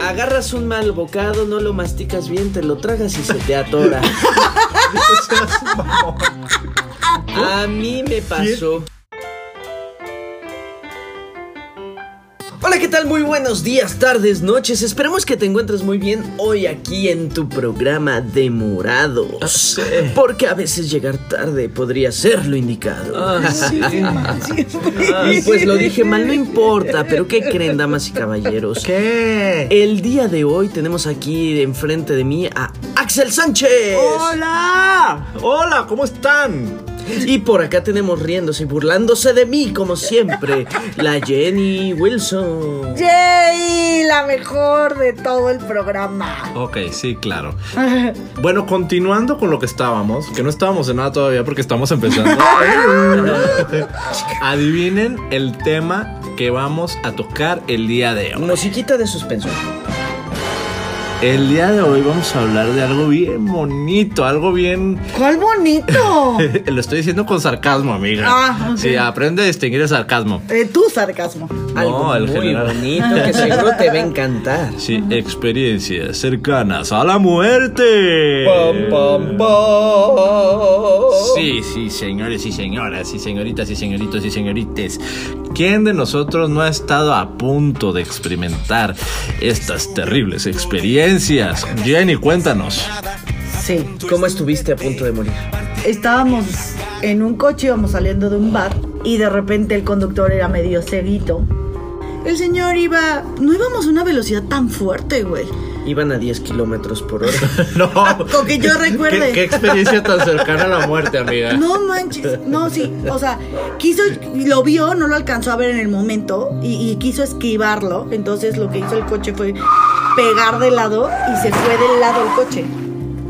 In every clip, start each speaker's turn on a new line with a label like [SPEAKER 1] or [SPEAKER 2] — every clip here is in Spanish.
[SPEAKER 1] agarras un mal bocado, no lo masticas bien, te lo tragas y se te atora. A mí me pasó. Hola, ¿qué tal? Muy buenos días, tardes, noches. Esperemos que te encuentres muy bien hoy aquí en tu programa Demorados. Porque a veces llegar tarde podría ser lo indicado. Y pues lo dije mal, no importa, pero ¿qué creen, damas y caballeros?
[SPEAKER 2] ¿Qué?
[SPEAKER 1] El día de hoy tenemos aquí enfrente de mí a Axel Sánchez.
[SPEAKER 2] ¡Hola! ¡Hola! ¿Cómo están?
[SPEAKER 1] Y por acá tenemos riéndose y burlándose de mí, como siempre, la Jenny Wilson.
[SPEAKER 3] Yay, la mejor de todo el programa.
[SPEAKER 2] Ok, sí, claro. Bueno, continuando con lo que estábamos, que no estábamos en nada todavía porque estamos empezando. Adivinen el tema que vamos a tocar el día de hoy.
[SPEAKER 1] Musiquita de suspenso.
[SPEAKER 2] El día de hoy vamos a hablar de algo bien bonito, algo bien...
[SPEAKER 3] ¡Cuál bonito!
[SPEAKER 2] Lo estoy diciendo con sarcasmo, amiga.
[SPEAKER 3] Ah, ok.
[SPEAKER 2] Sí, aprende a distinguir el sarcasmo.
[SPEAKER 3] Eh, tu sarcasmo.
[SPEAKER 1] Algo
[SPEAKER 2] el
[SPEAKER 1] muy
[SPEAKER 2] general.
[SPEAKER 1] bonito que seguro te va a encantar.
[SPEAKER 2] Sí, experiencias cercanas a la muerte. Sí, sí, señores y señoras, y señoritas y señoritos y señorites. ¿Quién de nosotros no ha estado a punto de experimentar estas terribles experiencias? Jenny, cuéntanos.
[SPEAKER 3] Sí.
[SPEAKER 1] ¿Cómo estuviste a punto de morir?
[SPEAKER 3] Estábamos en un coche, íbamos saliendo de un bar y de repente el conductor era medio ceguito. El señor iba... No íbamos a una velocidad tan fuerte, güey.
[SPEAKER 1] Iban a 10 kilómetros por hora.
[SPEAKER 2] No.
[SPEAKER 3] Con que yo recuerde.
[SPEAKER 2] ¿Qué, qué experiencia tan cercana a la muerte, amiga.
[SPEAKER 3] No manches, no, sí, o sea, quiso, lo vio, no lo alcanzó a ver en el momento y, y quiso esquivarlo, entonces lo que hizo el coche fue pegar de lado y se fue del lado el coche,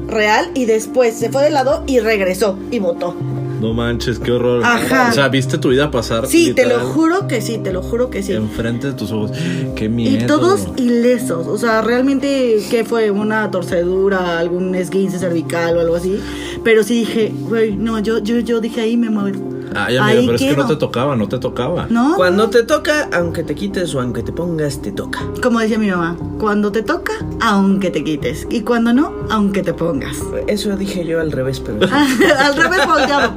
[SPEAKER 3] real, y después se fue de lado y regresó y votó.
[SPEAKER 2] No manches, qué horror.
[SPEAKER 3] Ajá.
[SPEAKER 2] O sea, viste tu vida pasar.
[SPEAKER 3] Sí, te lo
[SPEAKER 2] literal,
[SPEAKER 3] juro que sí, te lo juro que sí.
[SPEAKER 2] Enfrente de tus ojos. Qué miedo.
[SPEAKER 3] Y todos ilesos, o sea, realmente, ¿qué fue? ¿Una torcedura, algún esguince cervical o algo así? Pero sí dije, güey, no, yo, yo, yo dije ahí me muero.
[SPEAKER 2] Ay, amiga,
[SPEAKER 3] Ahí
[SPEAKER 2] Ah, pero es que no
[SPEAKER 3] quedo.
[SPEAKER 2] te tocaba, no te tocaba.
[SPEAKER 3] No,
[SPEAKER 1] Cuando te toca, aunque te quites o aunque te pongas, te toca.
[SPEAKER 3] Como decía mi mamá, cuando te toca, aunque te quites. Y cuando no, aunque te pongas.
[SPEAKER 1] Eso dije yo al revés, pero...
[SPEAKER 3] Al revés volteado.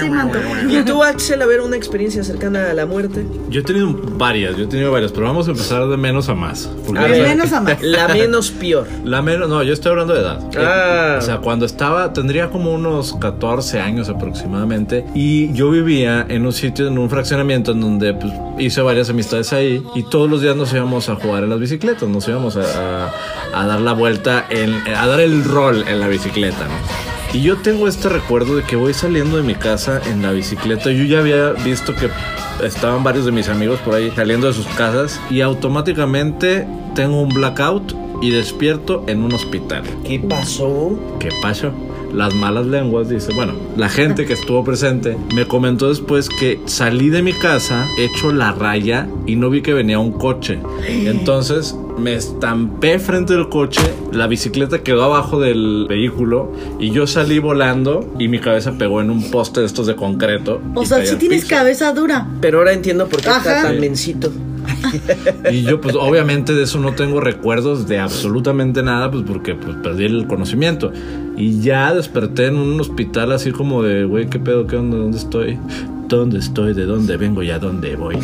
[SPEAKER 3] Sí, manto.
[SPEAKER 1] ¿Y tú, Axel, a ver una experiencia cercana a la muerte?
[SPEAKER 2] Yo he tenido varias, yo he tenido varias, pero vamos a empezar de menos a más. Porque
[SPEAKER 1] A
[SPEAKER 3] De
[SPEAKER 1] ver.
[SPEAKER 3] menos a más.
[SPEAKER 1] La menos peor.
[SPEAKER 2] La menos, no, yo estoy hablando de edad.
[SPEAKER 1] Ah.
[SPEAKER 2] Eh, O sea, cuando estaba, tendría como unos 14 años aproximadamente. Y yo vivía en un sitio, en un fraccionamiento, en donde pues, hice varias amistades ahí. Y todos los días nos íbamos a jugar en las bicicletas, nos íbamos a, a- a dar la vuelta, en- a dar el rol en la bicicleta, ¿no? Y yo tengo este recuerdo de que voy saliendo de mi casa en la bicicleta. Yo ya había visto que estaban varios de mis amigos por ahí saliendo de sus casas y automáticamente tengo un blackout y despierto en un hospital.
[SPEAKER 1] ¿Qué pasó?
[SPEAKER 2] ¿Qué pasó? Las malas lenguas, dice. Bueno, la gente que estuvo presente me comentó después que salí de mi casa, hecho la raya y no vi que venía un coche. Entonces me estampé frente del coche, la bicicleta quedó abajo del vehículo y yo salí volando y mi cabeza pegó en un poste de estos de concreto.
[SPEAKER 3] O
[SPEAKER 2] y
[SPEAKER 3] sea,
[SPEAKER 2] caí
[SPEAKER 3] si
[SPEAKER 2] al
[SPEAKER 3] tienes
[SPEAKER 2] piso.
[SPEAKER 3] cabeza dura.
[SPEAKER 1] Pero ahora entiendo por qué está
[SPEAKER 3] Ajá.
[SPEAKER 1] tan mencito.
[SPEAKER 2] Y yo, pues, obviamente de eso no tengo recuerdos de absolutamente nada, pues, porque pues, perdí el conocimiento. Y ya desperté en un hospital así como de, güey, ¿qué pedo? ¿Qué onda? ¿Dónde estoy? ¿Dónde estoy? ¿De dónde vengo y a dónde voy?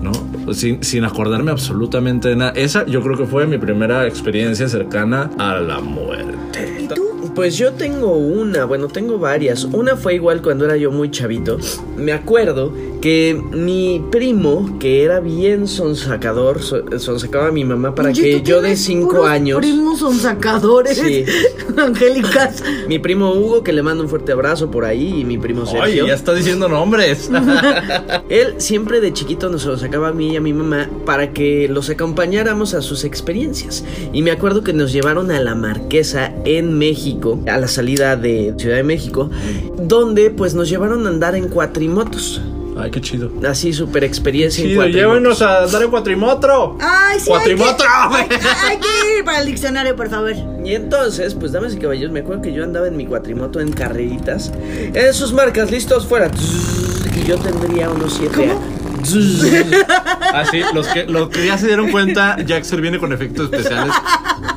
[SPEAKER 2] ¿No? Pues, Sin, sin acordarme absolutamente de nada. Esa yo creo que fue mi primera experiencia cercana a la muerte.
[SPEAKER 3] ¿Y tú?
[SPEAKER 1] Pues yo tengo una, bueno, tengo varias. Una fue igual cuando era yo muy chavito. Me acuerdo que mi primo, que era bien sonsacador, so- sonsacaba a mi mamá para
[SPEAKER 3] Oye,
[SPEAKER 1] que
[SPEAKER 3] tú
[SPEAKER 1] yo de
[SPEAKER 3] tienes
[SPEAKER 1] 5
[SPEAKER 3] puros
[SPEAKER 1] años.
[SPEAKER 3] Primos son sacadores.
[SPEAKER 1] Sí.
[SPEAKER 3] Angélicas.
[SPEAKER 1] Mi primo Hugo, que le mando un fuerte abrazo por ahí, y mi primo
[SPEAKER 2] Oye,
[SPEAKER 1] Sergio.
[SPEAKER 2] ya está diciendo nombres.
[SPEAKER 1] Él siempre de chiquito nos lo sacaba a mí y a mi mamá para que los acompañáramos a sus experiencias. Y me acuerdo que nos llevaron a la Marquesa en México, a la salida de Ciudad de México, donde pues nos llevaron a andar en cuatrimotos.
[SPEAKER 2] Ay, qué chido.
[SPEAKER 1] Así, super experiencia en
[SPEAKER 2] Chido,
[SPEAKER 1] cuatrimotos.
[SPEAKER 2] llévenos a andar en cuatrimotro.
[SPEAKER 3] Ay, sí. hay que-
[SPEAKER 2] ¡Cuatrimotro!
[SPEAKER 3] Hay hay que ir para el diccionario, por favor.
[SPEAKER 1] Y entonces, pues damas y caballeros, me acuerdo que yo andaba en mi cuatrimoto en carreritas. En sus marcas, listos, fuera. Y yo tendría unos siete
[SPEAKER 3] ¿Cómo?
[SPEAKER 1] años.
[SPEAKER 2] Así, Ah, los que, los que ya se dieron cuenta, Jackson viene con efectos especiales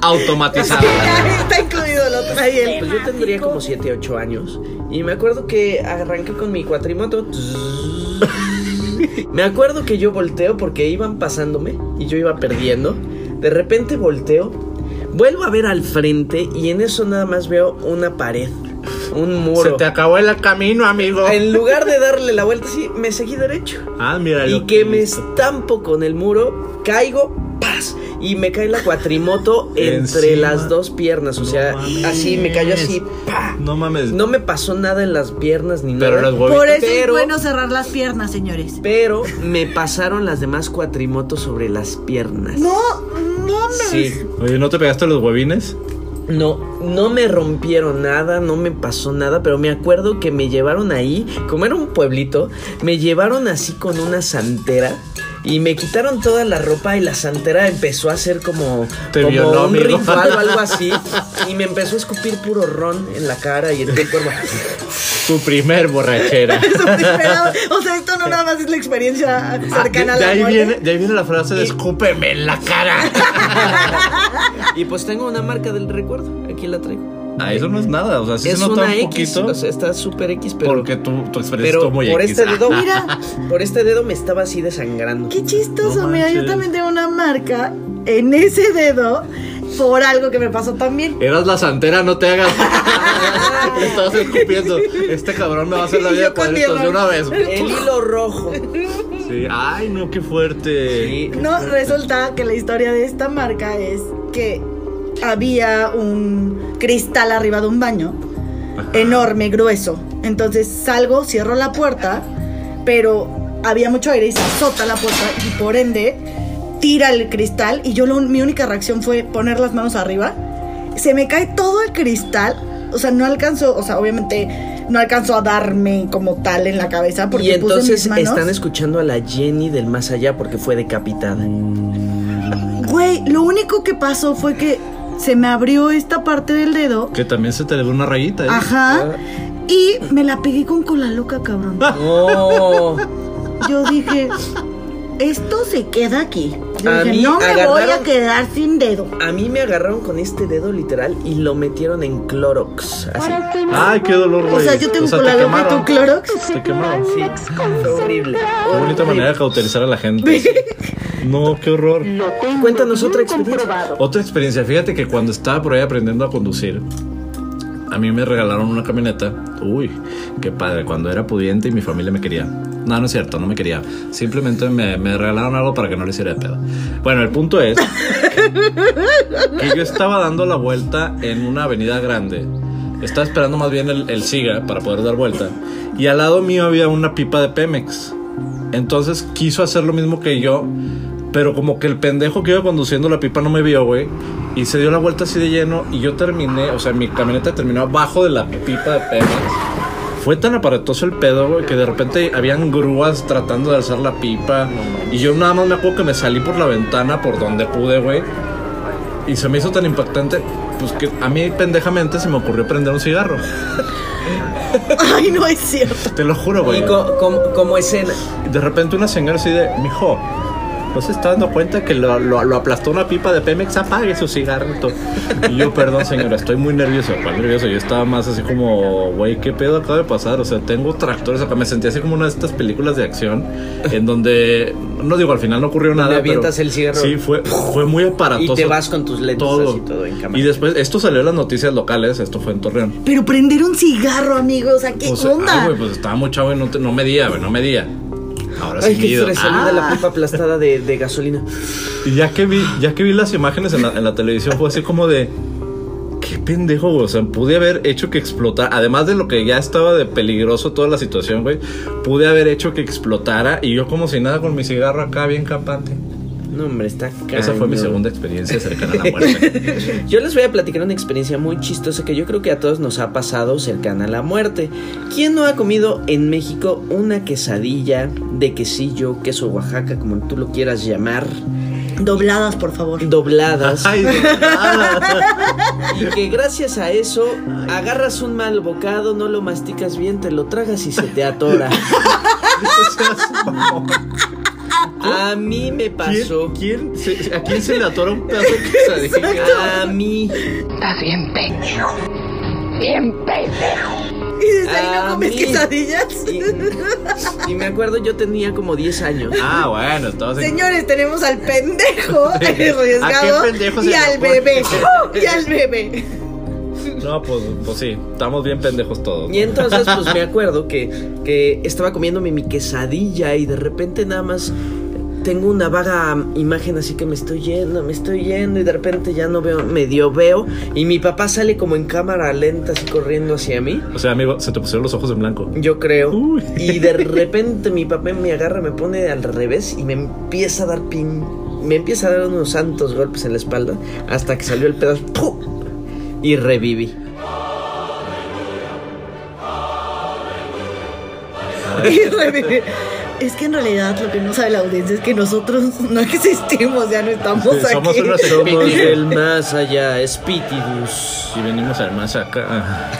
[SPEAKER 2] automatizados.
[SPEAKER 3] Ya está incluido el otro. Ahí el-
[SPEAKER 1] Pues yo tendría como 7, 8 años. Y me acuerdo que arranqué con mi cuatrimoto. Me acuerdo que yo volteo porque iban pasándome y yo iba perdiendo. De repente volteo, vuelvo a ver al frente y en eso nada más veo una pared, un
[SPEAKER 2] Se
[SPEAKER 1] muro.
[SPEAKER 2] te acabó el camino, amigo.
[SPEAKER 1] En lugar de darle la vuelta, sí, me seguí derecho.
[SPEAKER 2] Ah, mira.
[SPEAKER 1] Y
[SPEAKER 2] lo
[SPEAKER 1] que me
[SPEAKER 2] hizo.
[SPEAKER 1] estampo con el muro, caigo, ¡paz! Y me cae la cuatrimoto entre
[SPEAKER 2] Encima.
[SPEAKER 1] las dos piernas. O sea,
[SPEAKER 2] mames.
[SPEAKER 1] así, me cayó así, ¡pa!
[SPEAKER 2] No mames.
[SPEAKER 1] No me pasó nada en las piernas ni
[SPEAKER 2] Pero
[SPEAKER 1] nada.
[SPEAKER 2] las huevitas.
[SPEAKER 3] Por eso es
[SPEAKER 1] Pero-
[SPEAKER 3] bueno cerrar las piernas, señores.
[SPEAKER 1] Pero me pasaron las demás cuatrimotos sobre las piernas.
[SPEAKER 3] No, no me.
[SPEAKER 1] Sí.
[SPEAKER 2] Oye, ¿no te pegaste los huevines?
[SPEAKER 1] No, no me rompieron nada, no me pasó nada, pero me acuerdo que me llevaron ahí, como era un pueblito, me llevaron así con una santera y me quitaron toda la ropa y la santera empezó a hacer como,
[SPEAKER 2] Te
[SPEAKER 1] como
[SPEAKER 2] violó,
[SPEAKER 1] un
[SPEAKER 2] amigo.
[SPEAKER 1] ritual o algo así y me empezó a escupir puro ron en la cara y en el cuerpo.
[SPEAKER 2] Tu primer borrachera.
[SPEAKER 3] Eso me esperaba. O sea, esto no nada más es la experiencia cercana a
[SPEAKER 2] Ah, de,
[SPEAKER 3] la
[SPEAKER 2] ahí
[SPEAKER 3] muerte.
[SPEAKER 2] viene, de ahí viene la frase de escúpeme en la cara.
[SPEAKER 1] Y pues tengo una marca del recuerdo, aquí la traigo.
[SPEAKER 2] Ah, eso no es nada. O sea, sí
[SPEAKER 1] es
[SPEAKER 2] se nota
[SPEAKER 1] una
[SPEAKER 2] un
[SPEAKER 1] X,
[SPEAKER 2] poquito.
[SPEAKER 1] o sea, está súper X, pero
[SPEAKER 2] porque tu, tu
[SPEAKER 1] pero
[SPEAKER 2] experiencia estuvo muy
[SPEAKER 1] por
[SPEAKER 2] X.
[SPEAKER 1] este dedo,
[SPEAKER 3] Mira.
[SPEAKER 1] por este dedo me estaba así desangrando.
[SPEAKER 3] Qué chistoso,
[SPEAKER 2] No
[SPEAKER 3] mira, yo
[SPEAKER 2] manches.
[SPEAKER 3] también tengo una marca en ese dedo por algo que me pasó también.
[SPEAKER 2] Eras la santera, no te hagas. Le estabas escupiendo. Este cabrón me va a hacer la
[SPEAKER 3] Y
[SPEAKER 2] vida de
[SPEAKER 3] yo con
[SPEAKER 2] cuadritos de
[SPEAKER 3] diez
[SPEAKER 2] una vez.
[SPEAKER 1] El hilo rojo.
[SPEAKER 2] Sí. Ay, no, qué fuerte.
[SPEAKER 3] No, resulta que la historia de esta marca es que había un cristal arriba de un baño enorme, grueso. Entonces salgo, cierro la puerta, pero había mucho aire y se azota la puerta y por ende tira el cristal y yo lo- mi única reacción fue poner las manos arriba. Se me cae todo el cristal, o sea, no alcanzó, o sea, obviamente no alcanzó a darme como tal en la cabeza porque
[SPEAKER 1] Y
[SPEAKER 3] puse
[SPEAKER 1] entonces
[SPEAKER 3] mis manos.
[SPEAKER 1] están escuchando a la Jenny del más allá porque fue decapitada.
[SPEAKER 3] Güey, lo único que pasó fue que se me abrió esta parte del dedo.
[SPEAKER 2] Que también se te le ve una rayita. ¿eh?
[SPEAKER 3] Ajá. Y me la pegué con cola loca, cabrón.
[SPEAKER 1] No.
[SPEAKER 3] Yo dije, esto se queda aquí. Yo
[SPEAKER 1] A
[SPEAKER 3] dije,
[SPEAKER 1] mí
[SPEAKER 3] no me voy a
[SPEAKER 1] agarraron-
[SPEAKER 3] quedar sin dedo.
[SPEAKER 1] A mí me agarraron con este dedo literal y lo metieron en Clorox. Así.
[SPEAKER 2] Ay, qué dolor, güey.
[SPEAKER 3] O sea, yo tengo
[SPEAKER 2] te
[SPEAKER 3] cola loca y
[SPEAKER 2] quemaron.
[SPEAKER 3] tú Clorox.
[SPEAKER 2] Te quemaron.
[SPEAKER 1] Sí. Fue horrible.
[SPEAKER 2] Qué bonita manera de cauterizar a la gente. No, qué horror.
[SPEAKER 1] Cuéntanos otra experiencia.
[SPEAKER 2] Otra experiencia, fíjate que cuando estaba por ahí aprendiendo a conducir, a mí me regalaron una camioneta. Uy, qué padre, cuando era pudiente y mi familia me quería. No, no es cierto, no me quería. Simplemente me, me regalaron algo para que no le hiciera de pedo. Bueno, el punto es que yo estaba dando la vuelta en una avenida grande. Estaba esperando más bien el, el SIGA para poder dar vuelta. Y al lado mío había una pipa de Pemex. Entonces quiso hacer lo mismo que yo, pero como que el pendejo que iba conduciendo la pipa no me vio, güey. Y se dio la vuelta así de lleno y yo terminé, o sea, mi camioneta terminó abajo de la pipa de Pemex. Fue tan aparatoso el pedo, güey, que de repente habían grúas tratando de alzar la pipa. Y yo nada más me acuerdo que me salí por la ventana por donde pude, güey. Y se me hizo tan impactante, pues que a mí pendejamente se me ocurrió prender un cigarro.
[SPEAKER 3] Ay, no es cierto.
[SPEAKER 2] Te lo juro, güey.
[SPEAKER 1] Y co- como, como escena.
[SPEAKER 2] De repente una señora así de, mijo, ¿no se está dando cuenta que lo, lo- lo aplastó una pipa de Pemex? Apague su cigarrito. Y yo, perdón señora, estoy muy nervioso. ¿Cuál nervioso? Yo estaba más así como, güey, ¿qué pedo acaba de pasar? O sea, tengo tractores acá. Me sentí así como una de estas películas de acción en donde, no digo, al final no ocurrió nada.
[SPEAKER 1] avientas
[SPEAKER 2] pero
[SPEAKER 1] el cigarro.
[SPEAKER 2] Sí, fue, fue muy aparatoso.
[SPEAKER 1] Y te vas con tus lentes
[SPEAKER 2] todo.
[SPEAKER 1] así todo en cámara.
[SPEAKER 2] Y después, esto salió en las noticias locales, esto fue en Torreón.
[SPEAKER 3] Pero prender un cigarro, amigos, o sea, ¿qué
[SPEAKER 2] O sea,
[SPEAKER 3] onda?
[SPEAKER 2] ay, güey, pues estaba muy chavo y no, te- no medía, güey, no medía. Ahora sí
[SPEAKER 1] Ay, qué
[SPEAKER 2] mido. Ah,
[SPEAKER 1] estresada la pipa aplastada de, de gasolina.
[SPEAKER 2] Y ya que vi, ya que vi las imágenes en la, en la televisión, fue así como de. Qué pendejo, güey. O sea, pude haber hecho que explotara. Además de lo que ya estaba de peligroso toda la situación, güey. Pude haber hecho que explotara. Y yo, como si nada, con mi cigarro acá, bien capante.
[SPEAKER 1] No, hombre, está cañón.
[SPEAKER 2] Esa fue mi segunda experiencia cercana a la muerte.
[SPEAKER 1] Yo les voy a platicar una experiencia muy chistosa que yo creo que a todos nos ha pasado cercana a la muerte. ¿Quién no ha comido en México una quesadilla de quesillo, queso Oaxaca, como tú lo quieras llamar,
[SPEAKER 3] Dobladas, por favor.
[SPEAKER 1] dobladas?
[SPEAKER 2] Ay, de verdad.
[SPEAKER 1] Y que gracias a eso agarras un mal bocado, no lo masticas bien, te lo tragas y se te atora. A mí me pasó.
[SPEAKER 2] ¿Quién? se- ¿A quién se le atora un pedazo de quesadilla?
[SPEAKER 1] A mí.
[SPEAKER 4] Estás bien pendejo. Bien pendejo.
[SPEAKER 3] Y desde ahí
[SPEAKER 1] A
[SPEAKER 3] no comes
[SPEAKER 1] mí.
[SPEAKER 3] quesadillas.
[SPEAKER 1] Y, y me acuerdo, yo tenía como 10 años.
[SPEAKER 2] Ah, bueno, estamos en...
[SPEAKER 3] Señores, tenemos al pendejo
[SPEAKER 2] ¿A qué
[SPEAKER 3] arriesgado
[SPEAKER 2] pendejo se
[SPEAKER 3] y
[SPEAKER 2] le
[SPEAKER 3] al
[SPEAKER 2] ocurre?
[SPEAKER 3] bebé. Y al bebé.
[SPEAKER 2] No, pues, pues sí, estamos bien pendejos todos.
[SPEAKER 1] Y entonces, pues me acuerdo que, que estaba comiéndome mi quesadilla y de repente nada más tengo una vaga imagen así que me estoy yendo, me estoy yendo y de repente ya no veo, medio veo y mi papá sale como en cámara lenta así corriendo hacia mí.
[SPEAKER 2] O sea, amigo, se te pusieron los ojos en blanco.
[SPEAKER 1] Yo creo.
[SPEAKER 2] Uy.
[SPEAKER 1] Y de repente mi papá me agarra, me pone al revés y me empieza a dar pin. Me empieza a dar unos santos golpes en la espalda hasta que salió el pedazo. ¡pum! Y reviví.
[SPEAKER 3] Y revive. Es que en realidad lo que no sabe la audiencia es que nosotros no existimos, ya no estamos
[SPEAKER 2] Sí,
[SPEAKER 3] aquí.
[SPEAKER 2] Pues somos unos-
[SPEAKER 1] Somos
[SPEAKER 2] Espíritu.
[SPEAKER 1] del más allá, Spitidus.
[SPEAKER 2] Y venimos al más acá. Ah,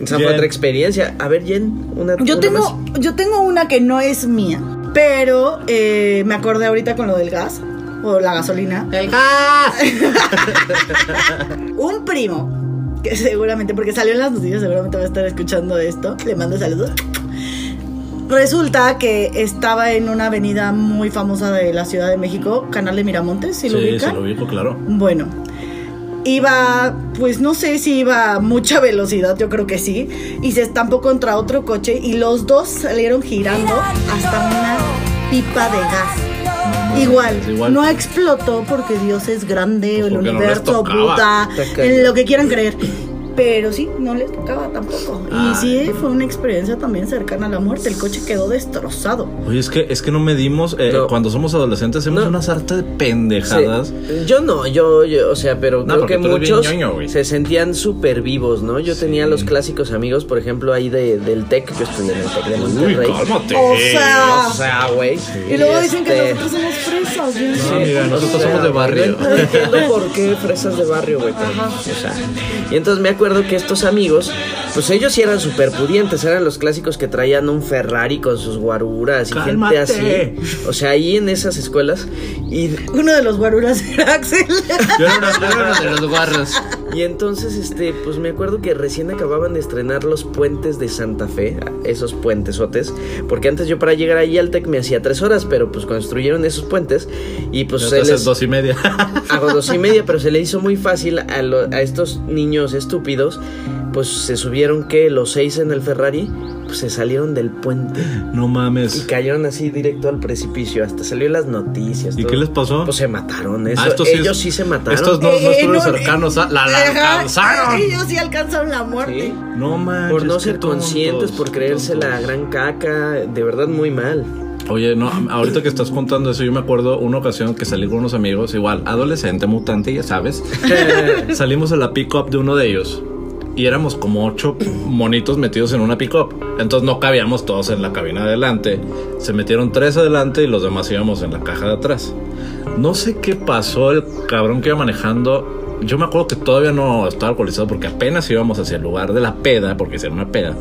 [SPEAKER 1] Esa
[SPEAKER 2] Jen.
[SPEAKER 1] fue otra experiencia. A ver, Jen, una
[SPEAKER 3] Yo
[SPEAKER 1] una
[SPEAKER 3] tengo,
[SPEAKER 1] más.
[SPEAKER 3] yo tengo una que no es mía, pero eh, me acordé ahorita con lo del gas o la gasolina.
[SPEAKER 4] El gas.
[SPEAKER 3] Un primo, que seguramente, porque salió en las noticias, seguramente va a estar escuchando esto. Le mando saludos. Resulta que estaba en una avenida muy famosa de la Ciudad de México, Canal de Miramontes, si lo
[SPEAKER 2] sí,
[SPEAKER 3] ubican.
[SPEAKER 2] se lo ubico, claro.
[SPEAKER 3] Bueno, iba, pues no sé si iba a mucha velocidad, yo creo que sí, y se estampó contra otro coche y los dos salieron girando hasta una pipa de gas. Igual,
[SPEAKER 2] Es igual.
[SPEAKER 3] no explotó porque Dios es grande, el
[SPEAKER 2] porque no les
[SPEAKER 3] universo,
[SPEAKER 2] tocaba.
[SPEAKER 3] puta,
[SPEAKER 1] Te
[SPEAKER 3] en
[SPEAKER 1] callas.
[SPEAKER 3] lo que quieran creer. Pero sí, no les tocaba tampoco.
[SPEAKER 2] Ay.
[SPEAKER 3] Y sí, fue una experiencia también cercana a la muerte. El coche quedó destrozado.
[SPEAKER 2] Oye, es que, es que no medimos. eh,
[SPEAKER 1] No.
[SPEAKER 2] Cuando somos adolescentes, hacemos
[SPEAKER 1] No.
[SPEAKER 2] una sarta de
[SPEAKER 1] Sí.
[SPEAKER 2] pendejadas.
[SPEAKER 1] Yo no, yo, yo, o sea, pero
[SPEAKER 2] No,
[SPEAKER 1] creo
[SPEAKER 2] porque
[SPEAKER 1] que
[SPEAKER 2] tú eres bien
[SPEAKER 1] muchos
[SPEAKER 2] ñoño, güey.
[SPEAKER 1] se sentían súper vivos, ¿no? Yo tenía los clásicos amigos, por ejemplo, ahí de, del TEC, yo estudié en el TEC de
[SPEAKER 2] Uy,
[SPEAKER 1] Monterrey.
[SPEAKER 2] cálmate.
[SPEAKER 3] O sea,
[SPEAKER 1] O sea, güey.
[SPEAKER 3] y luego dicen que
[SPEAKER 1] Este,
[SPEAKER 3] nosotros somos fresas. yo no
[SPEAKER 2] No,
[SPEAKER 3] sé.
[SPEAKER 2] amiga, nosotros
[SPEAKER 1] o sea,
[SPEAKER 2] somos de barrio.
[SPEAKER 1] No entiendo por qué fresas de barrio, güey. pero, o sea, y entonces me acuerdo que estos amigos, pues ellos sí eran súper pudientes, eran los clásicos que traían un Ferrari con sus guaruras y
[SPEAKER 2] ¡Cálmate!
[SPEAKER 1] gente así. O sea, ahí en esas escuelas. Y,
[SPEAKER 3] Uno de los guaruras era Axel.
[SPEAKER 2] Yo era
[SPEAKER 1] Pues
[SPEAKER 2] una- yo era una de los guarros.
[SPEAKER 1] y entonces, este, pues me acuerdo que recién acababan de estrenar los puentes de Santa Fe, esos puentesotes, porque antes yo para llegar ahí al TEC me hacía tres horas, pero pues construyeron esos puentes y pues se
[SPEAKER 2] Entonces,
[SPEAKER 1] les-
[SPEAKER 2] dos y media.
[SPEAKER 1] hago dos y media, pero se le hizo muy fácil a, lo- a estos niños estúpidos. Pues se subieron que los seis en el Ferrari, pues se salieron del puente
[SPEAKER 2] No
[SPEAKER 1] y
[SPEAKER 2] mames.
[SPEAKER 1] cayeron así directo al precipicio. Hasta salió en las noticias.
[SPEAKER 2] ¿Y
[SPEAKER 1] todo.
[SPEAKER 2] qué les pasó?
[SPEAKER 1] Pues se mataron. Eso,
[SPEAKER 2] Ah, estos sí-
[SPEAKER 1] ellos sí se mataron.
[SPEAKER 2] estos No, no
[SPEAKER 3] Eh,
[SPEAKER 2] estuvieron cercanos a- la- la
[SPEAKER 3] ajá,
[SPEAKER 2] alcanzaron.
[SPEAKER 3] Ellos sí alcanzaron la muerte.
[SPEAKER 1] Sí.
[SPEAKER 2] No mames.
[SPEAKER 1] Por no
[SPEAKER 2] qué
[SPEAKER 1] ser
[SPEAKER 2] tontos,
[SPEAKER 1] conscientes, por
[SPEAKER 2] qué
[SPEAKER 1] creerse la
[SPEAKER 2] tontos.
[SPEAKER 1] gran caca, de verdad muy mal.
[SPEAKER 2] Oye, no, ahorita que estás contando eso, yo me acuerdo una ocasión que salí con unos amigos, igual, adolescente, mutante, ya sabes. Salimos a la pick-up de uno de ellos y éramos como ocho monitos metidos en una pick-up. Entonces no cabíamos todos en la cabina de adelante. Se metieron tres adelante y los demás íbamos en la caja de atrás. No sé qué pasó el cabrón que iba manejando. Yo me acuerdo que todavía no estaba alcoholizado porque apenas íbamos hacia el lugar de la peda, porque era una peda.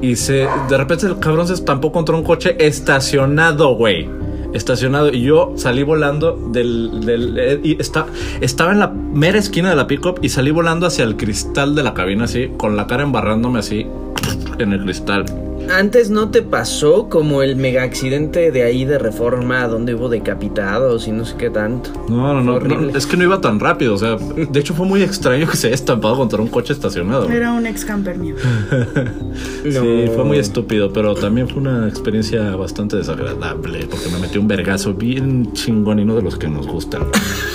[SPEAKER 2] Y se, de repente el cabrón se estampó contra un coche estacionado, güey. Estacionado. Y yo salí volando del... del eh, y está, estaba en la mera esquina de la pickup y salí volando hacia el cristal de la cabina así, con la cara embarrándome así en el cristal.
[SPEAKER 1] Antes no te pasó como el mega accidente de ahí de Reforma, donde hubo decapitados y no sé qué tanto.
[SPEAKER 2] No, no, no,
[SPEAKER 1] Horrible.
[SPEAKER 2] no, Es que no iba tan rápido. O sea, de hecho fue muy extraño que se haya estampado contra un coche estacionado. güey.
[SPEAKER 3] Era un ex camper mío.
[SPEAKER 2] Sí,
[SPEAKER 1] No.
[SPEAKER 2] fue muy estúpido, pero también fue una experiencia bastante desagradable porque me metí un vergazo bien chingón y uno de los que nos gustan.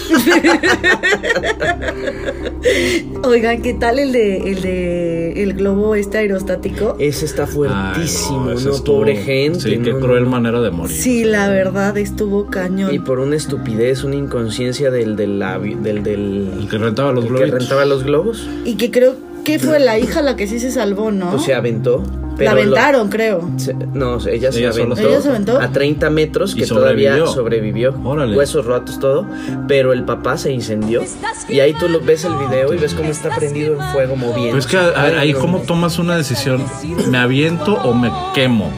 [SPEAKER 3] Oigan, ¿qué tal el de el de el globo este aerostático?
[SPEAKER 1] Ese está fuertísimo,
[SPEAKER 2] Ay,
[SPEAKER 1] no,
[SPEAKER 2] ese estuvo-
[SPEAKER 1] pobre gente.
[SPEAKER 2] Sí, qué
[SPEAKER 1] no, no,
[SPEAKER 2] cruel
[SPEAKER 1] no.
[SPEAKER 2] manera de morir.
[SPEAKER 3] Sí, la verdad estuvo cañón.
[SPEAKER 1] Y por una estupidez, una inconsciencia del del avi- del,
[SPEAKER 2] El
[SPEAKER 1] del
[SPEAKER 2] que rentaba los
[SPEAKER 1] el que
[SPEAKER 2] globos.
[SPEAKER 1] rentaba los globos,
[SPEAKER 3] Y que creo que fue la hija la que sí se salvó, ¿no?
[SPEAKER 1] pues se aventó. Pero
[SPEAKER 3] la
[SPEAKER 1] lo-
[SPEAKER 3] aventaron, creo.
[SPEAKER 1] Se- no, ella,
[SPEAKER 2] Ella
[SPEAKER 1] se,
[SPEAKER 2] sola
[SPEAKER 1] aventó
[SPEAKER 3] ¿Ella se aventó?
[SPEAKER 1] a 30 metros
[SPEAKER 2] Y
[SPEAKER 1] que todavía
[SPEAKER 2] sobrevivió.
[SPEAKER 1] sobrevivió.
[SPEAKER 2] Órale.
[SPEAKER 1] Huesos rotos, todo. Pero el papá se incendió. Y ahí tú lo ves el video y ves cómo está prendido el fuego moviendo.
[SPEAKER 2] Pero Pues es que a- a- ahí cómo tomas una decisión, me aviento o me quemo.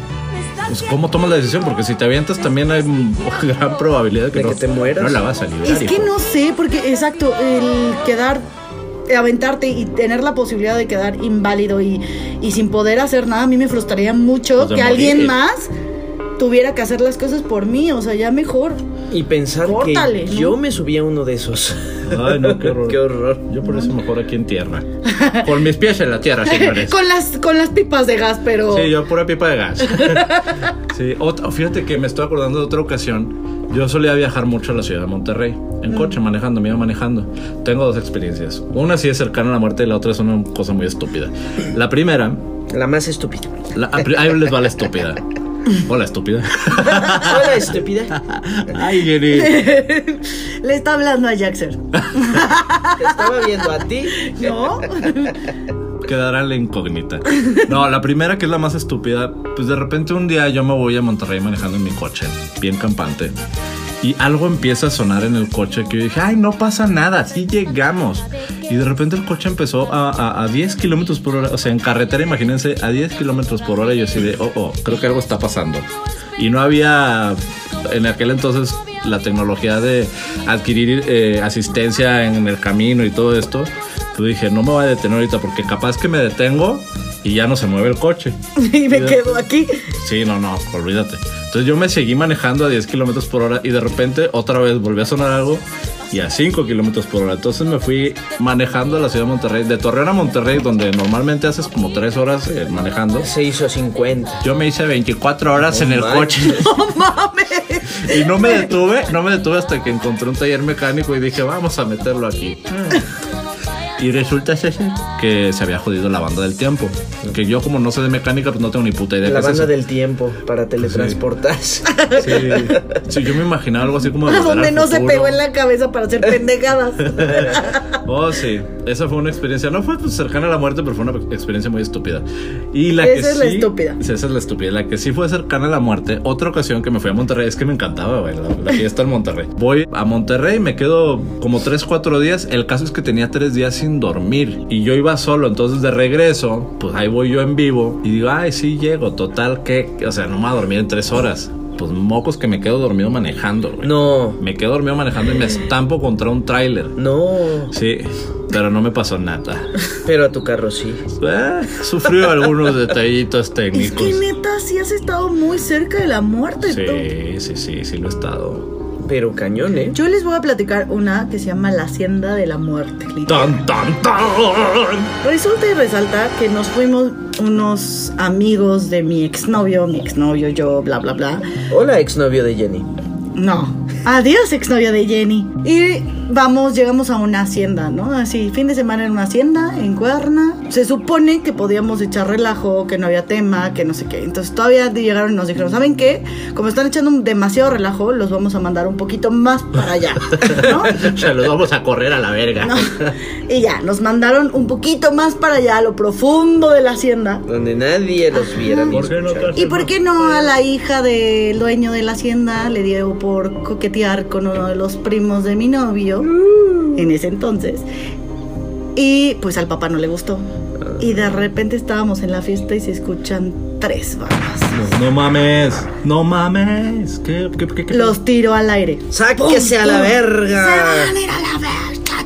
[SPEAKER 2] Pues, ¿Cómo tomas la decisión? Porque si te avientas también hay mm, gran probabilidad de que,
[SPEAKER 1] De
[SPEAKER 2] no,
[SPEAKER 1] que te mueras.
[SPEAKER 2] No la vas a liberar.
[SPEAKER 3] Es que
[SPEAKER 2] hijo.
[SPEAKER 3] no sé, porque exacto, el quedar, aventarte y tener la posibilidad de quedar inválido y, y sin poder hacer nada, a mí me frustraría mucho
[SPEAKER 2] Pues de
[SPEAKER 3] que
[SPEAKER 2] morir.
[SPEAKER 3] alguien más tuviera que hacer las cosas por mí, o sea, ya mejor.
[SPEAKER 1] Y pensar
[SPEAKER 3] Córtale,
[SPEAKER 1] que
[SPEAKER 3] ¿no?
[SPEAKER 1] yo me subí a uno de esos.
[SPEAKER 2] Ay, no, qué horror.
[SPEAKER 1] Qué horror.
[SPEAKER 2] Yo por eso mejor aquí en tierra. Con mis pies en la tierra, señores.
[SPEAKER 3] con, las, con las pipas de gas, pero...
[SPEAKER 2] Sí, yo pura pipa de gas. Sí, ot- fíjate que me estoy acordando de otra ocasión. Yo solía viajar mucho a la ciudad de Monterrey, en coche, manejando, me iba manejando. Tengo dos experiencias. Una sí es cercana a la muerte y la otra es una cosa muy estúpida. La primera,
[SPEAKER 1] La más estúpida.
[SPEAKER 2] la- a pri- ahí les va la estúpida. Hola, estúpida.
[SPEAKER 1] Hola, estúpida.
[SPEAKER 2] Ay, Jenny.
[SPEAKER 3] Le está hablando a Jaxer.
[SPEAKER 1] Te estaba viendo a ti.
[SPEAKER 3] ¿No?
[SPEAKER 2] Quedará la incógnita. No, la primera que es la más estúpida, pues de repente un día yo me voy a Monterrey manejando en mi coche, bien campante. Y algo empieza a sonar en el coche que yo dije, ay, no pasa nada, sí llegamos. Y de repente el coche empezó a, a- a 10 kilómetros por hora, o sea, en carretera, imagínense, a 10 kilómetros por hora. Y yo así de, oh, oh, creo que algo está pasando. Y no había en aquel entonces la tecnología de adquirir eh, asistencia en el camino y todo esto. Yo dije, no me voy a detener ahorita porque capaz que me detengo y ya no se mueve el coche.
[SPEAKER 3] y me quedo aquí.
[SPEAKER 2] Sí, no, no, olvídate. Entonces yo me seguí manejando a 10 kilómetros por hora y de repente otra vez volvió a sonar algo y a 5 kilómetros por hora. Entonces me fui manejando a la ciudad de Monterrey, de Torreón a Monterrey, donde normalmente haces como 3 horas eh, manejando.
[SPEAKER 1] Se hizo 50.
[SPEAKER 2] Yo me hice 24 horas en el
[SPEAKER 1] manches.
[SPEAKER 2] coche
[SPEAKER 3] ¡No mames!
[SPEAKER 2] y no me detuve, no me detuve hasta que encontré un taller mecánico y dije, vamos a meterlo aquí. Y resulta ser que se había jodido la banda del tiempo. Que yo como no sé de mecánica, pues no tengo ni puta idea.
[SPEAKER 1] La
[SPEAKER 2] qué es
[SPEAKER 1] banda
[SPEAKER 2] eso.
[SPEAKER 1] del tiempo para teletransportarse.
[SPEAKER 2] Sí. Sí, yo me imaginaba algo así como. de
[SPEAKER 3] A
[SPEAKER 2] volver
[SPEAKER 3] donde
[SPEAKER 2] al
[SPEAKER 3] no se
[SPEAKER 2] futuro.
[SPEAKER 3] pegó en la cabeza para hacer pendejadas.
[SPEAKER 2] Oh, sí. Esa fue una experiencia. No fue pues, cercana a la muerte, pero fue una experiencia muy estúpida. Y la que
[SPEAKER 3] Esa es la
[SPEAKER 2] sí-
[SPEAKER 3] estúpida.
[SPEAKER 2] Sí, esa es la estúpida. La que sí fue cercana a la muerte. Otra ocasión que me fui a Monterrey. Es que me encantaba, güey, la, la fiesta en Monterrey. Voy a Monterrey, me quedo como 3, 4 días. El caso es que tenía 3 días sin dormir. Y yo iba solo. Entonces, de regreso, pues ahí voy yo en vivo. Y digo, ay, sí llego. Total, que. O sea, no me voy a dormir en 3 horas. Pues mocos que me quedo dormido manejando, güey.
[SPEAKER 1] No.
[SPEAKER 2] Me quedo dormido manejando y
[SPEAKER 3] Mm.
[SPEAKER 2] me estampo contra un tráiler.
[SPEAKER 1] No.
[SPEAKER 2] Sí, pero no me pasó nada.
[SPEAKER 1] Pero a tu carro sí.
[SPEAKER 2] Eh, sufrió algunos detallitos
[SPEAKER 3] es
[SPEAKER 2] técnicos.
[SPEAKER 3] que neta, sí has estado muy cerca de la muerte, tú.
[SPEAKER 2] Sí, sí, sí, sí lo he estado.
[SPEAKER 1] Pero cañón, ¿eh?
[SPEAKER 3] Yo les voy a platicar una que se llama La Hacienda de la Muerte.
[SPEAKER 2] ¡Tan,
[SPEAKER 3] literal.
[SPEAKER 2] tan, tan!
[SPEAKER 3] Resulta y resalta que nos fuimos unos amigos de mi exnovio, mi exnovio, yo, bla, bla, bla.
[SPEAKER 1] Hola, exnovio de Jenny.
[SPEAKER 3] No. Adiós, exnovio de Jenny. Y vamos, llegamos a una hacienda, ¿no? Así, fin de semana en una hacienda, en Cuerna. Se supone que podíamos echar relajo, que no había tema, que no sé qué. Entonces todavía llegaron y nos dijeron, ¿saben qué? Como están echando demasiado relajo, los vamos a mandar un poquito más para allá, ¿no?
[SPEAKER 2] Se los vamos a correr a la verga.
[SPEAKER 3] ¿no? Y ya, nos mandaron un poquito más para allá, a lo profundo de la hacienda.
[SPEAKER 1] Donde nadie los viera ni
[SPEAKER 2] ¿Por qué no te
[SPEAKER 1] escuchara.
[SPEAKER 2] has-
[SPEAKER 3] ¿Y por qué no a la hija del dueño de la hacienda le dio por coquetear con uno de los primos de mi novio en ese entonces? Y pues al papá no le gustó. Y de repente estábamos en la fiesta y se escuchan tres balas.
[SPEAKER 2] No mames, no mames. ¿Qué, qué, qué, qué?
[SPEAKER 3] Los tiró al aire.
[SPEAKER 1] ¡Sáquese
[SPEAKER 3] ¡Pum,
[SPEAKER 1] a la
[SPEAKER 3] pum! Se
[SPEAKER 1] verga!
[SPEAKER 3] van a ir a la verga.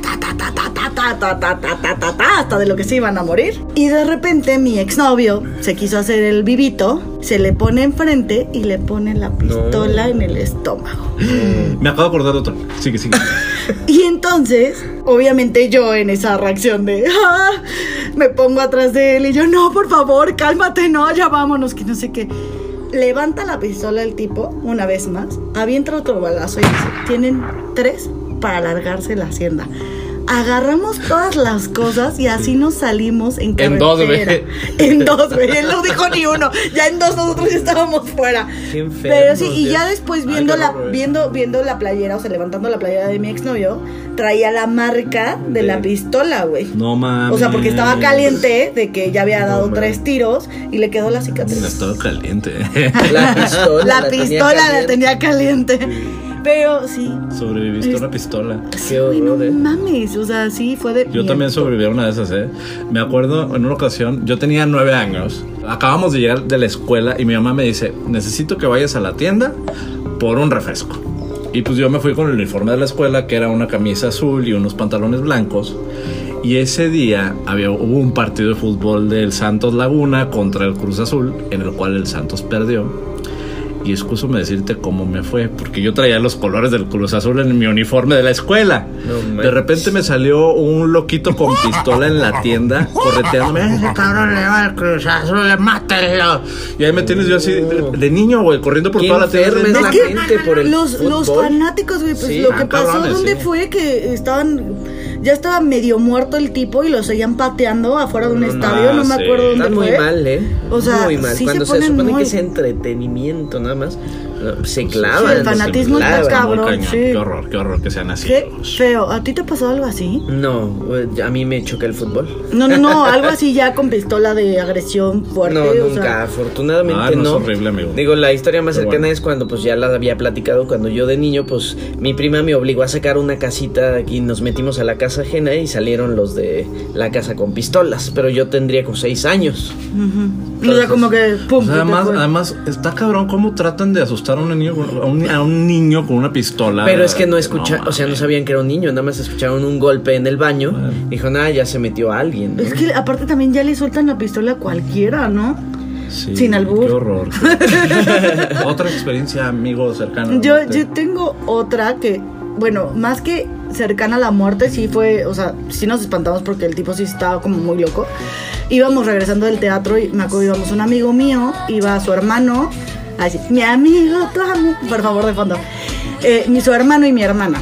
[SPEAKER 3] Ta, ta, ta, ta, ta, ta, ta, ta, ta, ta, ta, ta, Hasta de lo que se iban a morir. Y de repente mi exnovio se quiso hacer el vivito, se le pone enfrente y le pone la pistola en el estómago.
[SPEAKER 2] Me acabo de acordar de otro. Sigue, sigue.
[SPEAKER 3] Y entonces, obviamente yo en esa reacción de, "Ah", me pongo atrás de él y yo, no, por favor, cálmate, no, ya vámonos, que no sé qué. Levanta la pistola el tipo, una vez más, avienta otro balazo y dice, tienen tres para alargarse la hacienda. agarramos todas las cosas y así nos salimos en
[SPEAKER 2] En
[SPEAKER 3] carretera.
[SPEAKER 2] dos, güey.
[SPEAKER 3] En dos, güey. Él no dijo ni uno. Ya en dos nosotros ya estábamos fuera.
[SPEAKER 1] Qué enfermos,
[SPEAKER 3] Pero sí, y
[SPEAKER 1] Dios.
[SPEAKER 3] ya después
[SPEAKER 2] Ay,
[SPEAKER 3] viendo
[SPEAKER 2] qué
[SPEAKER 3] la,
[SPEAKER 2] horror, eh.
[SPEAKER 3] viendo, viendo la playera, o sea, levantando la playera de mi exnovio, traía la marca de
[SPEAKER 2] De-
[SPEAKER 3] la pistola, güey.
[SPEAKER 2] No mames.
[SPEAKER 3] O sea, porque estaba caliente de que ya había dado
[SPEAKER 2] Ah, hombre.
[SPEAKER 3] tres tiros y le quedó la cicatriz.
[SPEAKER 2] Estaba caliente.
[SPEAKER 1] La pistola.
[SPEAKER 3] La
[SPEAKER 1] tenía
[SPEAKER 3] pistola la
[SPEAKER 1] caliente.
[SPEAKER 3] tenía caliente. Pero sí.
[SPEAKER 2] Sobreviviste a una pistola.
[SPEAKER 1] Qué
[SPEAKER 3] Uy, no
[SPEAKER 1] horror, eh.
[SPEAKER 3] mames, o sea, sí fue de.
[SPEAKER 2] Yo también sobreviví a una de esas, ¿eh? Me acuerdo en una ocasión, yo tenía nueve años, acabamos de llegar de la escuela y mi mamá me dice, necesito que vayas a la tienda por un refresco. Y pues yo me fui con el uniforme de la escuela, que era una camisa azul y unos pantalones blancos. Y ese día había, hubo un partido de fútbol del Santos Laguna contra el Cruz Azul, en el cual el Santos perdió. Y excúsame decirte cómo me fue, porque yo traía los colores del Cruz Azul en mi uniforme de la escuela.
[SPEAKER 1] No manches.
[SPEAKER 2] de repente me salió un loquito con pistola en la tienda, correteándome. Ese cabrón le va al Cruz Azul, mátenlo. Y ahí me tienes yo así, de, de niño, güey, corriendo por
[SPEAKER 1] Qué
[SPEAKER 2] toda la tienda.
[SPEAKER 1] enferma es
[SPEAKER 3] Es
[SPEAKER 1] la
[SPEAKER 3] que
[SPEAKER 1] gente por el
[SPEAKER 3] los, los
[SPEAKER 1] fútbol.
[SPEAKER 3] fanáticos, güey, pues
[SPEAKER 1] Sí,
[SPEAKER 3] lo
[SPEAKER 2] ah,
[SPEAKER 3] que pasó,
[SPEAKER 2] cabrones,
[SPEAKER 3] ¿dónde
[SPEAKER 2] sí.
[SPEAKER 3] fue? Que estaban. Ya estaba medio muerto el tipo y lo seguían pateando afuera de un estadio, no me
[SPEAKER 2] sí.
[SPEAKER 3] acuerdo dónde
[SPEAKER 1] Están muy
[SPEAKER 3] fue.
[SPEAKER 1] mal, ¿eh?
[SPEAKER 3] O sea,
[SPEAKER 1] muy mal.
[SPEAKER 3] sí se
[SPEAKER 1] Cuando se,
[SPEAKER 3] ponen
[SPEAKER 1] supone
[SPEAKER 3] muy-
[SPEAKER 1] que es entretenimiento nada más, no, se clavan.
[SPEAKER 3] Sí, el
[SPEAKER 1] se
[SPEAKER 3] fanatismo está
[SPEAKER 1] clavan.
[SPEAKER 3] cabrón.
[SPEAKER 2] Muy cañón,
[SPEAKER 3] sí.
[SPEAKER 2] Qué horror, qué horror que sean así.
[SPEAKER 3] Qué feo. ¿A ti te pasó algo así?
[SPEAKER 1] No, eh, a mí me choca el fútbol.
[SPEAKER 3] No, no, no, algo así ya con pistola de agresión fuerte.
[SPEAKER 1] No,
[SPEAKER 3] o
[SPEAKER 1] nunca,
[SPEAKER 3] sea.
[SPEAKER 1] afortunadamente
[SPEAKER 2] Ah,
[SPEAKER 1] no.
[SPEAKER 2] no, es horrible, amigo.
[SPEAKER 1] Digo, la historia más
[SPEAKER 2] Pero
[SPEAKER 1] cercana
[SPEAKER 2] bueno.
[SPEAKER 1] es cuando pues ya la había platicado, cuando yo de niño, pues mi prima me obligó a sacar una casita y nos metimos a la casa ajena y salieron los de la casa con pistolas, pero yo tendría como seis años.
[SPEAKER 3] Ujú. o sea, como que
[SPEAKER 2] O
[SPEAKER 3] pum.
[SPEAKER 2] sea,
[SPEAKER 3] se te
[SPEAKER 2] además,
[SPEAKER 3] fue.
[SPEAKER 2] además, está cabrón cómo tratan de asustar a un niño con, a un, a un niño con una pistola.
[SPEAKER 1] Pero es que no escucha, o sea, no
[SPEAKER 2] Ah, mames.
[SPEAKER 1] sabían que era un niño, nada más escucharon un golpe en el baño.
[SPEAKER 2] Bueno.
[SPEAKER 1] Dijo, nada, ya se metió alguien. ¿no?".
[SPEAKER 3] Es que aparte también ya le sueltan la pistola a cualquiera, ¿no?
[SPEAKER 2] Sí,
[SPEAKER 3] Sin albur.
[SPEAKER 2] Qué horror. Otra experiencia, amigo cercano.
[SPEAKER 3] Yo, yo tengo otra que, bueno, más que cercana a la muerte, sí fue, o sea, sí nos espantamos porque el tipo sí estaba como muy loco. Íbamos regresando del teatro y me acuerdo, íbamos un amigo mío, iba su hermano, así, mi amigo, tu amigo", por favor, de fondo. Eh, mi su hermano y mi hermana.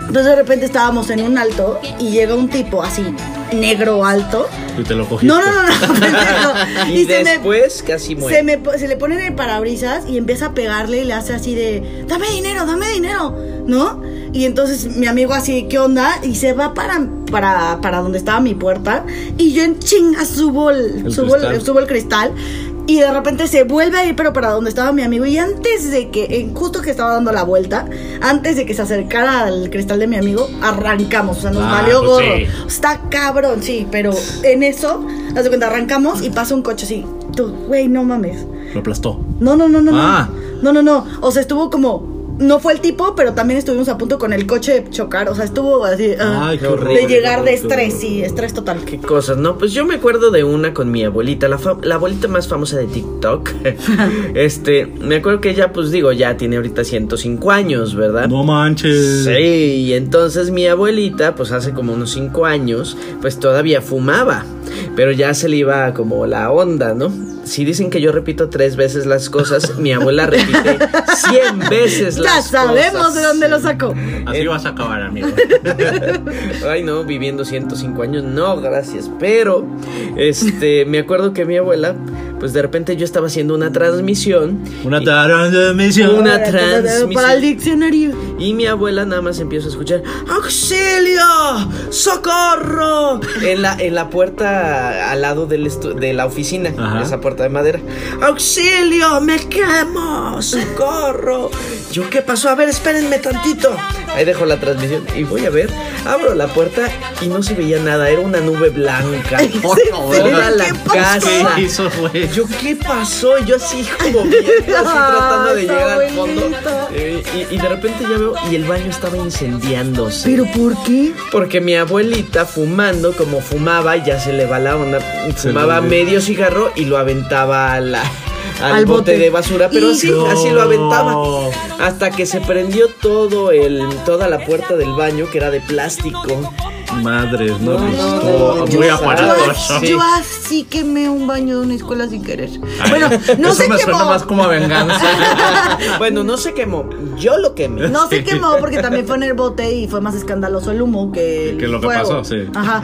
[SPEAKER 3] Entonces de repente estábamos en un alto y llega un tipo así, negro alto.
[SPEAKER 2] Y te lo cogiste.
[SPEAKER 3] No, no, no, no, pendejo.
[SPEAKER 1] y
[SPEAKER 3] se me-
[SPEAKER 1] después casi muere.
[SPEAKER 3] se, me, po- se le pone en el parabrisas y empieza a pegarle y le hace así de, dame dinero, dame dinero, ¿no? Y entonces mi amigo así, ¿qué onda? Y se va para, para, para donde estaba mi puerta y yo en chinga subo el,
[SPEAKER 2] El
[SPEAKER 3] subo, el,
[SPEAKER 2] cristal.
[SPEAKER 3] subo el cristal y de repente se vuelve a ir, pero para donde estaba mi amigo. Y antes de que, en justo que estaba dando la vuelta, antes de que se acercara al cristal de mi amigo, arrancamos, o sea, nos
[SPEAKER 2] Ah,
[SPEAKER 3] valió
[SPEAKER 2] pues
[SPEAKER 3] gorro.
[SPEAKER 2] sí.
[SPEAKER 3] Está cabrón, sí, pero en eso, haz de cuenta, arrancamos y pasa un coche así. Tú, güey, no mames.
[SPEAKER 2] Lo aplastó.
[SPEAKER 3] No, no, no, no,
[SPEAKER 2] Ah.
[SPEAKER 3] no. No, no, no. O sea, estuvo como. No fue el tipo, pero también estuvimos a punto con el coche de chocar. O sea, estuvo así. ah,
[SPEAKER 2] Ay, qué
[SPEAKER 3] de
[SPEAKER 2] horrible.
[SPEAKER 3] llegar de
[SPEAKER 2] qué horror.
[SPEAKER 3] estrés, sí, estrés total.
[SPEAKER 1] Qué cosas, ¿no? Pues yo me acuerdo de una con mi abuelita, la, fa- la abuelita más famosa de TikTok. este, me acuerdo que ella, pues digo, ya tiene ahorita 105 años, ¿verdad?
[SPEAKER 2] No manches.
[SPEAKER 1] Sí, y entonces mi abuelita, pues hace como unos 5 años, pues todavía fumaba, pero ya se le iba como la onda, ¿no? Si dicen que yo repito tres veces las cosas, mi abuela repite 100 veces
[SPEAKER 3] Ya
[SPEAKER 1] las cosas.
[SPEAKER 3] sabemos de dónde lo sacó.
[SPEAKER 2] Así vas a acabar, amigo.
[SPEAKER 1] Ay, no, viviendo 105 años, no, gracias. Pero, este, me acuerdo que mi abuela, pues de repente yo estaba haciendo una transmisión.
[SPEAKER 2] Una
[SPEAKER 1] y-
[SPEAKER 2] transmisión.
[SPEAKER 1] Una
[SPEAKER 3] Para- para- Para el
[SPEAKER 1] transmisión.
[SPEAKER 3] diccionario.
[SPEAKER 1] Y mi abuela nada más empieza a escuchar ¡Auxilio! ¡Socorro! En la, en la puerta al lado del estu- de la oficina,
[SPEAKER 2] Ajá.
[SPEAKER 1] esa puerta de madera. ¡Auxilio! ¡Me quemo! ¡Socorro! ¿Yo qué pasó? A ver, espérenme tantito. Ahí dejo la transmisión y voy a ver. Abro la puerta y no se veía nada. Era una nube blanca. Por toda la
[SPEAKER 3] ¿Qué pasó?
[SPEAKER 1] casa.
[SPEAKER 2] ¿Qué hizo, güey?
[SPEAKER 1] Yo, ¿qué pasó? Yo así como viendo, así tratando de
[SPEAKER 3] Ay,
[SPEAKER 1] llegar al fondo.
[SPEAKER 3] abuelita.
[SPEAKER 1] Eh, y, y de repente ya veo, y el baño estaba incendiándose.
[SPEAKER 3] ¿Pero por qué?
[SPEAKER 1] Porque mi abuelita fumando, como fumaba, ya se le va la onda,
[SPEAKER 2] Se
[SPEAKER 1] fumaba
[SPEAKER 2] le-
[SPEAKER 1] medio cigarro y lo aventaba a la, al, bote. de basura, pero así,
[SPEAKER 3] Hijo.
[SPEAKER 1] así lo aventaba.
[SPEAKER 2] No.
[SPEAKER 1] Hasta que se prendió todo el, toda la puerta del baño, que era de plástico.
[SPEAKER 2] Madres, no,
[SPEAKER 1] No, no,
[SPEAKER 2] estuvo
[SPEAKER 1] no, no,
[SPEAKER 2] Oh, muy
[SPEAKER 1] yo-
[SPEAKER 2] aparatoso.
[SPEAKER 1] Yo- Sí.
[SPEAKER 3] Yo así quemé un baño de una escuela sin querer. Bueno, no
[SPEAKER 2] Eso
[SPEAKER 3] se
[SPEAKER 2] me suena
[SPEAKER 3] quemó.
[SPEAKER 2] más como a venganza.
[SPEAKER 1] Bueno, no se quemó, yo lo quemé.
[SPEAKER 3] No se quemó porque también fue en el bote y fue más escandaloso el humo que el
[SPEAKER 2] Que lo que
[SPEAKER 3] fuego.
[SPEAKER 2] pasó, sí.
[SPEAKER 3] Ajá.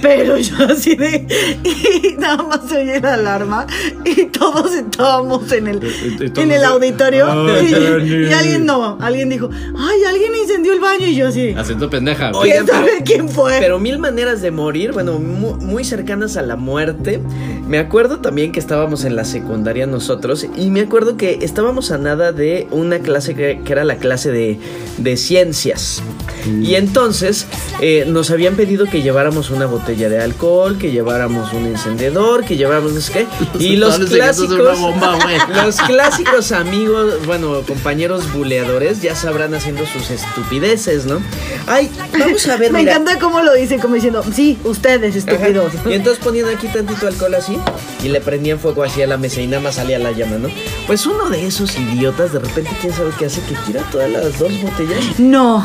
[SPEAKER 3] Pero yo así de... Y nada más se oye la alarma y todos estábamos en el,
[SPEAKER 2] Y- y- y todos Ah,
[SPEAKER 3] en el
[SPEAKER 2] de-
[SPEAKER 3] auditorio
[SPEAKER 2] Ay,
[SPEAKER 3] y,
[SPEAKER 2] Dani.
[SPEAKER 3] y alguien no, alguien dijo, ay, alguien incendió el baño y yo así,
[SPEAKER 2] Haciendo pendeja. güey.
[SPEAKER 1] Oigan,
[SPEAKER 3] ¿quién sabe
[SPEAKER 1] pero-
[SPEAKER 3] quién fue?
[SPEAKER 1] Pero mil maneras de morir, bueno, mu- muy, cercanas a la muerte. Me acuerdo también que estábamos en la secundaria nosotros y me acuerdo que estábamos a nada de una clase que, que era la clase de, de ciencias.
[SPEAKER 2] Mm.
[SPEAKER 1] Y entonces eh, nos habían pedido que lleváramos una botella de alcohol, que lleváramos un encendedor, que lleváramos no sé qué. Y los
[SPEAKER 2] Dale, se gastó
[SPEAKER 1] clásicos...
[SPEAKER 2] una bomba, güey.
[SPEAKER 1] Los clásicos amigos, bueno, compañeros buleadores ya sabrán haciendo sus estupideces, ¿no? Ay, vamos a ver,
[SPEAKER 3] Me
[SPEAKER 1] mira.
[SPEAKER 3] encanta cómo lo dice, como diciendo, sí, ustedes,
[SPEAKER 1] Ajá.
[SPEAKER 3] estúpidos.
[SPEAKER 1] Y entonces ponían aquí tantito alcohol así y le prendían fuego así a la mesa y nada más salía la llama, ¿no? Pues uno de esos idiotas de repente, quién sabe qué hace, que tira todas las dos botellas.
[SPEAKER 3] No.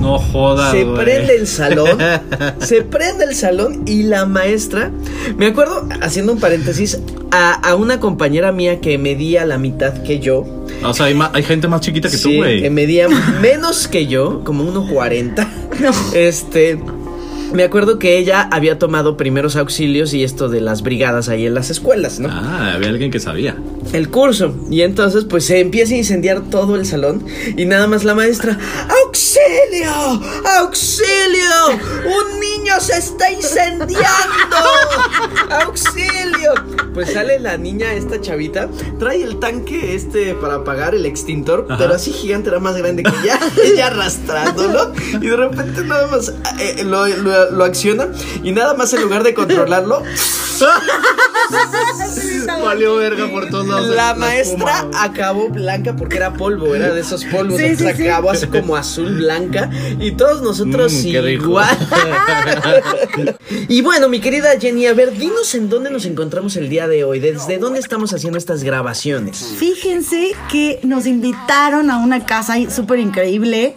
[SPEAKER 2] No jodas.
[SPEAKER 1] Se
[SPEAKER 2] güey.
[SPEAKER 1] prende el salón, se prende el salón y la maestra, me acuerdo, haciendo un paréntesis, a, a una compañera mía que medía la mitad que yo,
[SPEAKER 2] O sea, hay, ma- hay gente más chiquita que
[SPEAKER 1] Sí,
[SPEAKER 2] tú, güey.
[SPEAKER 1] que medía menos que yo, como 1.40. Este. Me acuerdo que ella había tomado primeros auxilios y esto de las brigadas ahí en las escuelas, ¿no?
[SPEAKER 2] Ah, había alguien que sabía.
[SPEAKER 1] El curso. Y entonces, pues se empieza a incendiar todo el salón y nada más la maestra. ¡Auxilio! ¡Auxilio! ¡Un niño se está incendiando! ¡Auxilio! Pues sale la niña, esta chavita, trae el tanque este para apagar el extintor,
[SPEAKER 2] Ajá.
[SPEAKER 1] pero así gigante era más grande que ella, ella arrastrándolo y de repente nada más eh, eh, lo, lo- lo acciona y nada más en lugar de controlarlo,
[SPEAKER 2] Valió verga por todos lados.
[SPEAKER 1] La maestra acabó blanca porque era polvo, era de esos polvos.
[SPEAKER 3] Sí,
[SPEAKER 1] entonces
[SPEAKER 3] sí, sí.
[SPEAKER 1] acabó así como azul blanca. Y todos nosotros
[SPEAKER 2] Mm, qué rico.
[SPEAKER 1] igual. y bueno, mi querida Jenny, a ver, dinos en dónde nos encontramos el día de hoy. ¿Desde dónde estamos haciendo estas grabaciones?
[SPEAKER 3] Fíjense que nos invitaron a una casa ahí súper increíble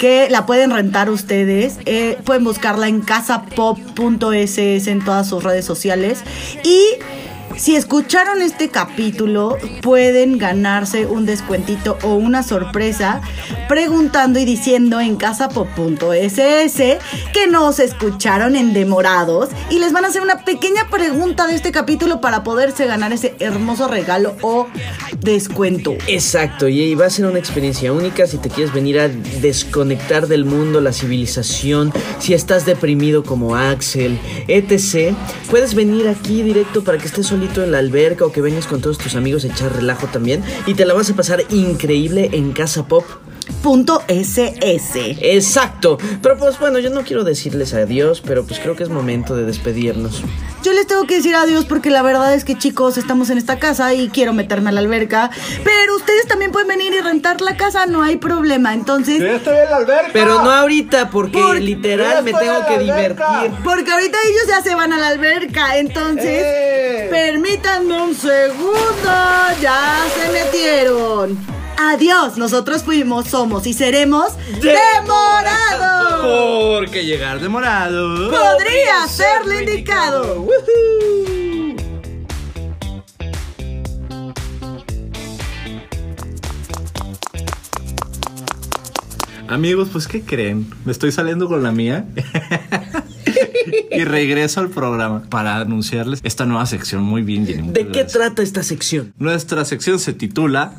[SPEAKER 3] que la pueden rentar ustedes. Eh, pueden buscarla en casapop.ss en todas sus redes sociales. Y si escucharon este capítulo, pueden ganarse un descuentito o una sorpresa preguntando y diciendo en casapop.ss que nos escucharon en Demorados y les van a hacer una pequeña pregunta de este capítulo para poderse ganar ese hermoso regalo o descuento.
[SPEAKER 1] Exacto, y va a ser una experiencia única si te quieres venir a desconectar del mundo, la civilización, si estás deprimido como Axel, etc. Puedes venir aquí directo para que estés solito en la alberca o que vengas con todos tus amigos a echar relajo también y te la vas a pasar increíble en Casa Pop.
[SPEAKER 3] Punto SS.
[SPEAKER 1] Exacto, pero pues bueno, yo no quiero decirles adiós, pero pues creo que es momento de despedirnos.
[SPEAKER 3] Yo les tengo que decir adiós porque la verdad es que chicos estamos en esta casa y quiero meterme a la alberca, pero ustedes también pueden venir y rentar la casa, no hay problema. Entonces,
[SPEAKER 2] estoy en la alberca.
[SPEAKER 1] Pero no ahorita porque
[SPEAKER 3] Porque
[SPEAKER 1] literal me
[SPEAKER 2] estoy
[SPEAKER 1] tengo
[SPEAKER 2] en
[SPEAKER 1] que
[SPEAKER 2] la alberca.
[SPEAKER 1] divertir.
[SPEAKER 3] Porque ahorita ellos ya se van a la alberca, entonces
[SPEAKER 2] ¡Eh!
[SPEAKER 3] permítanme un segundo, ya se metieron. Adiós, nosotros fuimos, somos y seremos demorados.
[SPEAKER 2] Porque llegar demorado.
[SPEAKER 3] Podría ser lo indicado.
[SPEAKER 2] Amigos, pues ¿qué creen? Me estoy saliendo con la mía. y regreso al programa para anunciarles esta nueva sección muy bien. Jenny, muchas
[SPEAKER 1] ¿De qué
[SPEAKER 2] gracias.
[SPEAKER 1] trata esta sección?
[SPEAKER 2] Nuestra sección se titula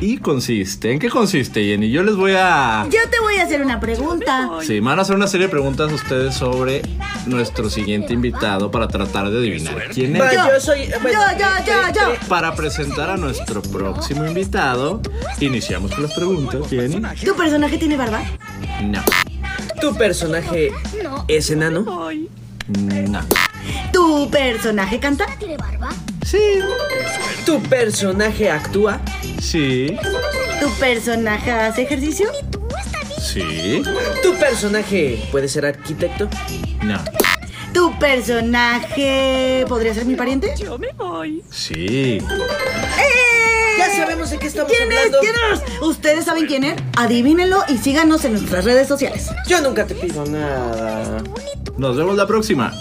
[SPEAKER 2] y consiste. ¿En qué consiste, Jenny? Yo les voy a
[SPEAKER 3] Yo te voy a hacer una pregunta.
[SPEAKER 2] Sí, me van a hacer una serie de preguntas a ustedes sobre nuestro siguiente invitado para tratar de adivinar quién es.
[SPEAKER 1] Va,
[SPEAKER 3] Yo,
[SPEAKER 1] yo soy. bueno, eh,
[SPEAKER 3] yo, yo, yo, yo.
[SPEAKER 2] Para presentar a nuestro próximo invitado, iniciamos con las preguntas, Jenny.
[SPEAKER 3] ¿Tu personaje tiene barba?
[SPEAKER 2] No,
[SPEAKER 1] eh, ¿Tu personaje es enano?
[SPEAKER 2] no.
[SPEAKER 3] ¿Tu personaje canta?
[SPEAKER 2] Sí,
[SPEAKER 1] ¿Tu personaje actúa?
[SPEAKER 2] sí,
[SPEAKER 3] ¿Tu personaje hace ejercicio?
[SPEAKER 2] sí,
[SPEAKER 1] ¿Tu personaje puede ser arquitecto?
[SPEAKER 2] no,
[SPEAKER 3] ¿Tu personaje podría ser mi pariente?
[SPEAKER 2] Sí.
[SPEAKER 1] Ya sabemos de qué estamos
[SPEAKER 3] ¿Quién es?
[SPEAKER 1] hablando.
[SPEAKER 3] ¿Quién es? ¿Ustedes saben quién es? Adivínenlo y síganos en nuestras redes sociales.
[SPEAKER 1] Yo nunca te pido nada.
[SPEAKER 2] Nos vemos la próxima.